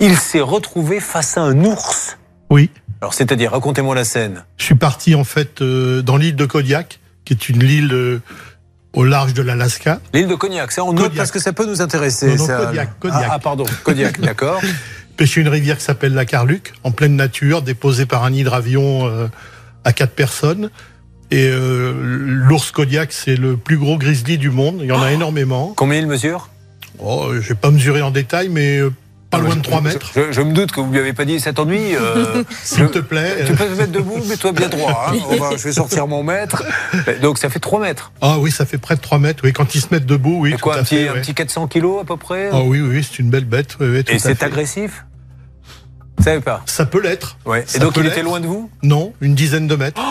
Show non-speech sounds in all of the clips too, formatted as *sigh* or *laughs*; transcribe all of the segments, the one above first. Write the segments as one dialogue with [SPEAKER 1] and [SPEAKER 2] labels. [SPEAKER 1] il s'est retrouvé face à un ours.
[SPEAKER 2] Oui.
[SPEAKER 1] Alors, c'est-à-dire, racontez-moi la scène.
[SPEAKER 2] Je suis parti en fait euh, dans l'île de Kodiak, qui est une île euh, au large de l'Alaska.
[SPEAKER 1] L'île de Cognac, ça, on
[SPEAKER 2] Kodiak.
[SPEAKER 1] note parce que ça peut nous intéresser.
[SPEAKER 2] Non, non,
[SPEAKER 1] ça.
[SPEAKER 2] Kodiak, Kodiak.
[SPEAKER 1] Ah, ah, pardon,
[SPEAKER 2] *laughs*
[SPEAKER 1] Kodiak, d'accord.
[SPEAKER 2] Pêcher une rivière qui s'appelle la Carluc, en pleine nature, déposée par un hydravion euh, à quatre personnes. Et euh, l'ours Kodiak, c'est le plus gros grizzly du monde. Il y
[SPEAKER 1] Oh.
[SPEAKER 2] en a énormément.
[SPEAKER 1] Combien il mesure
[SPEAKER 2] Oh, j'ai pas mesuré en détail, mais euh, pas
[SPEAKER 1] Ah,
[SPEAKER 2] loin de 3 mètres.
[SPEAKER 1] Je, je me doute que vous lui avez pas dit, ça t'ennuie
[SPEAKER 2] *laughs*
[SPEAKER 1] euh,
[SPEAKER 2] S'il
[SPEAKER 1] je-
[SPEAKER 2] te plaît. euh.
[SPEAKER 1] Tu peux te mettre debout, mets-toi bien droit.
[SPEAKER 2] *laughs*
[SPEAKER 1] hein. On va- je vais sortir mon mètre. Donc ça fait 3 mètres.
[SPEAKER 2] Ah oui, ça fait près de 3 mètres. Oui, quand ils se mettent debout, oui.
[SPEAKER 1] Et
[SPEAKER 2] tout
[SPEAKER 1] quoi,
[SPEAKER 2] à
[SPEAKER 1] un petit,
[SPEAKER 2] fait,
[SPEAKER 1] un
[SPEAKER 2] ouais.
[SPEAKER 1] petit 400 kilos à peu près
[SPEAKER 2] Ah oui, oui, c'est une belle bête. oui, oui, tout
[SPEAKER 1] Et
[SPEAKER 2] à
[SPEAKER 1] c'est
[SPEAKER 2] fait.
[SPEAKER 1] agressif Vous savez pas
[SPEAKER 2] Ça peut l'être.
[SPEAKER 1] ouais. Et
[SPEAKER 2] Ça
[SPEAKER 1] donc
[SPEAKER 2] peut
[SPEAKER 1] il était
[SPEAKER 2] l'être.
[SPEAKER 1] loin de vous
[SPEAKER 2] Non, une dizaine de mètres.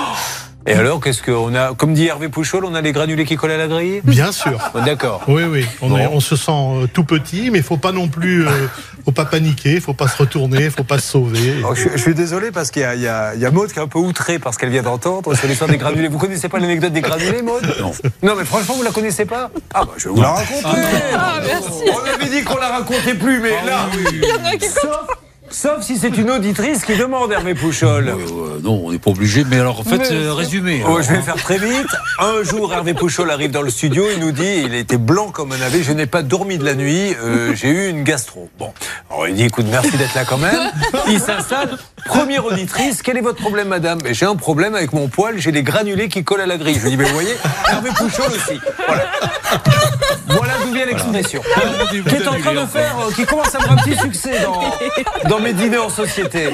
[SPEAKER 1] Et alors, qu'est-ce qu'on a Comme dit Hervé Pouchol, on a les granulés qui collent à la grille
[SPEAKER 2] Bien sûr.
[SPEAKER 1] Bon, D'accord.
[SPEAKER 2] Oui, oui. On,
[SPEAKER 1] Bon.
[SPEAKER 2] est- on se sent euh, tout petit, mais faut pas non plus, euh, faut pas paniquer, faut pas se retourner, faut pas se sauver.
[SPEAKER 1] Alors, Oh, je, je suis désolé parce qu'il y a, il y a- il y a Maud qui est un peu outrée par ce qu'elle vient d'entendre sur l'histoire des granulés. Vous connaissez pas l'anecdote des granulés, Maud Non. Non, mais franchement, vous la connaissez pas Ah, bah, je vais vous la raconter On avait dit qu'on la racontait plus, mais là. sauf, sauf si c'est une auditrice qui demande, Hervé Pouchol.
[SPEAKER 3] Euh, euh, non, on n'est pas obligé, mais alors en fait,
[SPEAKER 4] Mais-
[SPEAKER 3] euh, résumé.
[SPEAKER 1] Oh,
[SPEAKER 3] alors,
[SPEAKER 1] je vais faire très vite. Un jour, Hervé Pouchol arrive dans le studio il nous dit il était blanc comme un ave, je n'ai pas dormi de la nuit, euh, j'ai eu une gastro. Bon, alors il dit écoute, merci d'être là quand même. Il s'installe. Première auditrice quel est votre problème, madame Mais J'ai un problème avec mon poil, j'ai des granulés qui collent à la grille. Je lui dis mais vous voyez, Hervé Pouchol aussi. Voilà. Voilà d'où vient l'expression. Qui est en train de faire, euh, qui commence à avoir un petit succès dans, dans mes dîners en société.